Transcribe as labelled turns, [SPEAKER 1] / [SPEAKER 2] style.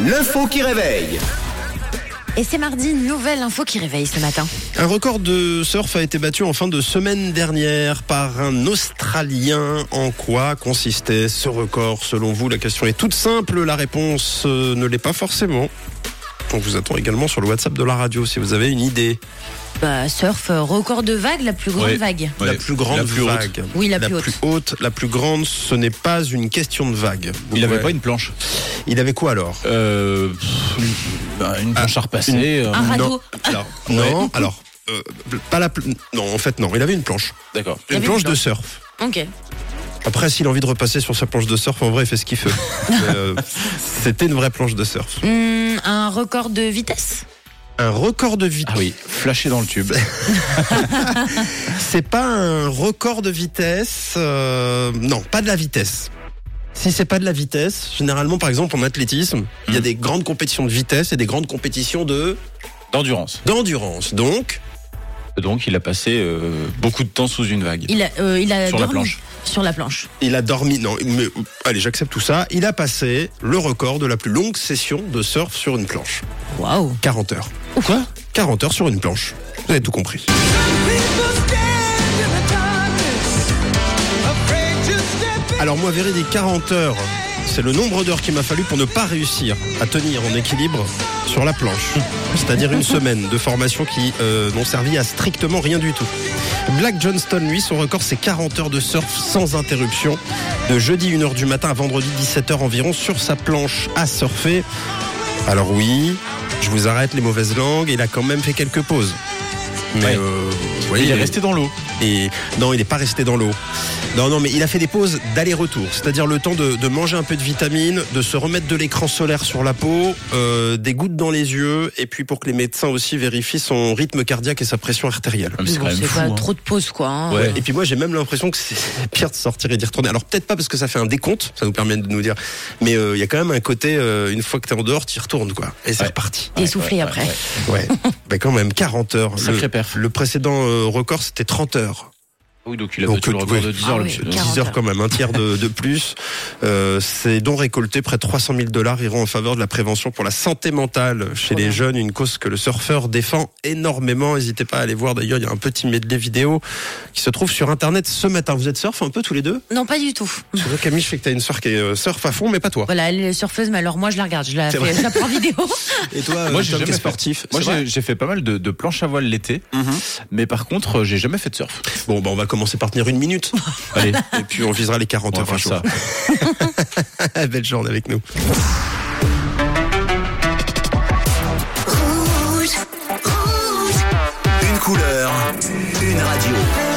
[SPEAKER 1] L'info qui réveille.
[SPEAKER 2] Et c'est mardi, nouvelle info qui réveille ce matin.
[SPEAKER 3] Un record de surf a été battu en fin de semaine dernière par un Australien. En quoi consistait ce record selon vous La question est toute simple, la réponse euh, ne l'est pas forcément. On vous attend également sur le WhatsApp de la radio si vous avez une idée.
[SPEAKER 2] Bah, surf, euh, record de vague, la plus grande
[SPEAKER 4] Ouais.
[SPEAKER 2] vague.
[SPEAKER 3] La
[SPEAKER 4] Ouais,
[SPEAKER 3] plus grande
[SPEAKER 4] la plus haute.
[SPEAKER 3] vague.
[SPEAKER 2] Oui, la plus haute.
[SPEAKER 3] haute, La plus grande, ce n'est pas une question de vague. Vous
[SPEAKER 4] Il avait
[SPEAKER 3] pouvez-
[SPEAKER 4] pas une planche.
[SPEAKER 3] Il avait quoi alors
[SPEAKER 4] Euh, pff, bah, une planche à repasser. euh,
[SPEAKER 2] Un radeau.
[SPEAKER 4] alors,
[SPEAKER 3] Non,
[SPEAKER 4] ouais.
[SPEAKER 3] alors, euh, pas la pl- Non, en fait, non. Il avait une planche.
[SPEAKER 4] D'accord.
[SPEAKER 3] Une
[SPEAKER 2] avait
[SPEAKER 3] planche
[SPEAKER 2] une
[SPEAKER 3] de surf.
[SPEAKER 2] Ok.
[SPEAKER 3] Après, s'il a envie de repasser sur sa planche de surf, en vrai, il fait ce qu'il veut. Mais, euh, C'était une vraie planche de surf.
[SPEAKER 2] Hum, un record de vitesse
[SPEAKER 3] Un record de vitesse.
[SPEAKER 4] Ah oui, flashé dans le tube.
[SPEAKER 3] C'est pas un record de vitesse. euh, non, pas de la vitesse. Si c'est pas de la vitesse, généralement, par exemple, en athlétisme, il y a
[SPEAKER 4] Hmm.
[SPEAKER 3] des grandes compétitions de vitesse et des grandes compétitions de
[SPEAKER 4] D'endurance.
[SPEAKER 3] d'endurance. Donc,
[SPEAKER 4] Donc il a passé euh, beaucoup de temps sous une vague.
[SPEAKER 2] Il a, euh, il a
[SPEAKER 4] Sur la
[SPEAKER 2] dormi
[SPEAKER 4] planche.
[SPEAKER 2] Sur la planche.
[SPEAKER 3] il a dormi. Non, mais euh, allez, j'accepte tout ça. Il a passé le record de la plus longue session de surf sur une planche.
[SPEAKER 2] Waouh.
[SPEAKER 3] 40 heures.
[SPEAKER 2] Quoi
[SPEAKER 3] 40 heures sur une planche. Vous avez tout compris. Alors moi, véridique, 40 heures, c'est le nombre d'heures qu'il m'a fallu pour ne pas réussir à tenir en équilibre sur la planche. C'est-à-dire une semaine de formation qui euh, n'ont servi à strictement rien du tout. Black Johnston, lui, son record, c'est 40 heures de surf sans interruption, de jeudi 1h du matin à vendredi 17h environ, sur sa planche à surfer. Alors oui, je vous arrête les mauvaises langues, il a quand même fait quelques pauses. Mais
[SPEAKER 4] Ouais.
[SPEAKER 3] euh, vous voyez,
[SPEAKER 4] il est resté dans l'eau.
[SPEAKER 3] et non, il n'est pas resté dans l'eau. Non, non, mais il a fait des pauses d'aller-retour, c'est-à-dire le temps de, de manger un peu de vitamine, de se remettre de l'écran solaire sur la peau, euh, des gouttes dans les yeux, et puis pour que les médecins aussi vérifient son rythme cardiaque et sa pression artérielle.
[SPEAKER 4] Mais C'est
[SPEAKER 2] Bon,
[SPEAKER 4] quand même
[SPEAKER 2] c'est
[SPEAKER 4] fou.
[SPEAKER 2] pas
[SPEAKER 4] hein.
[SPEAKER 2] trop de pause, quoi. hein.
[SPEAKER 4] Ouais.
[SPEAKER 3] Et puis moi j'ai même l'impression que c'est pire de sortir et d'y retourner. Alors peut-être pas parce que ça fait un décompte, ça nous permet de nous dire, mais euh, il y a quand même un côté, euh, une fois que t'es en dehors, t'y retournes quoi. Et c'est
[SPEAKER 4] Ouais.
[SPEAKER 3] reparti.
[SPEAKER 2] T'es essoufflé
[SPEAKER 4] ouais,
[SPEAKER 2] après.
[SPEAKER 4] ouais, ouais.
[SPEAKER 3] Ouais. ben quand même, 40 heures.
[SPEAKER 4] Sacré
[SPEAKER 3] Le,
[SPEAKER 4] perf.
[SPEAKER 3] le précédent euh, record c'était 30 heures.
[SPEAKER 4] Oui, donc euh, il a
[SPEAKER 3] Donc,
[SPEAKER 4] battu le
[SPEAKER 3] oui.
[SPEAKER 4] record de 10
[SPEAKER 2] Ah
[SPEAKER 4] heures. le
[SPEAKER 2] oui,
[SPEAKER 4] monsieur.
[SPEAKER 2] 40.
[SPEAKER 3] 10 heures quand même, un tiers de, de plus. Euh, ces dons récoltés, près de 300 000 dollars, iront en faveur de la prévention pour la santé mentale
[SPEAKER 2] Trop
[SPEAKER 3] chez les
[SPEAKER 2] bien.
[SPEAKER 3] jeunes, une cause que le surfeur défend énormément. N'hésitez pas à aller voir, d'ailleurs, il y a un petit medley vidéo qui se trouve sur Internet ce matin. Vous êtes surf un peu tous les deux
[SPEAKER 2] Non, pas du tout.
[SPEAKER 3] Parce que Camille, je sais que t'as une sœur qui est euh, surf à fond, mais pas toi.
[SPEAKER 2] Voilà, elle est surfeuse, mais alors moi je la regarde. Je la,
[SPEAKER 3] C'est
[SPEAKER 2] fais-
[SPEAKER 3] vrai.
[SPEAKER 2] je la prends en vidéo.
[SPEAKER 3] Et toi,
[SPEAKER 4] Moi,
[SPEAKER 3] euh,
[SPEAKER 4] j'ai
[SPEAKER 3] Tom,
[SPEAKER 4] jamais
[SPEAKER 3] qui
[SPEAKER 4] fait.
[SPEAKER 3] est sportif
[SPEAKER 4] Moi
[SPEAKER 3] c'est vrai
[SPEAKER 4] j'ai- j'ai fait pas mal de, de planches à voile l'été,
[SPEAKER 3] Mhm.
[SPEAKER 4] mais par contre euh, j'ai jamais fait de surf.
[SPEAKER 3] Bon, bah, on va commencer par tenir une minute,
[SPEAKER 4] Allez,
[SPEAKER 3] et puis on visera les 40
[SPEAKER 4] on va
[SPEAKER 3] heures
[SPEAKER 4] faire
[SPEAKER 3] par jour.
[SPEAKER 4] ça.
[SPEAKER 3] Belle journée avec nous.
[SPEAKER 1] Une couleur, une radio.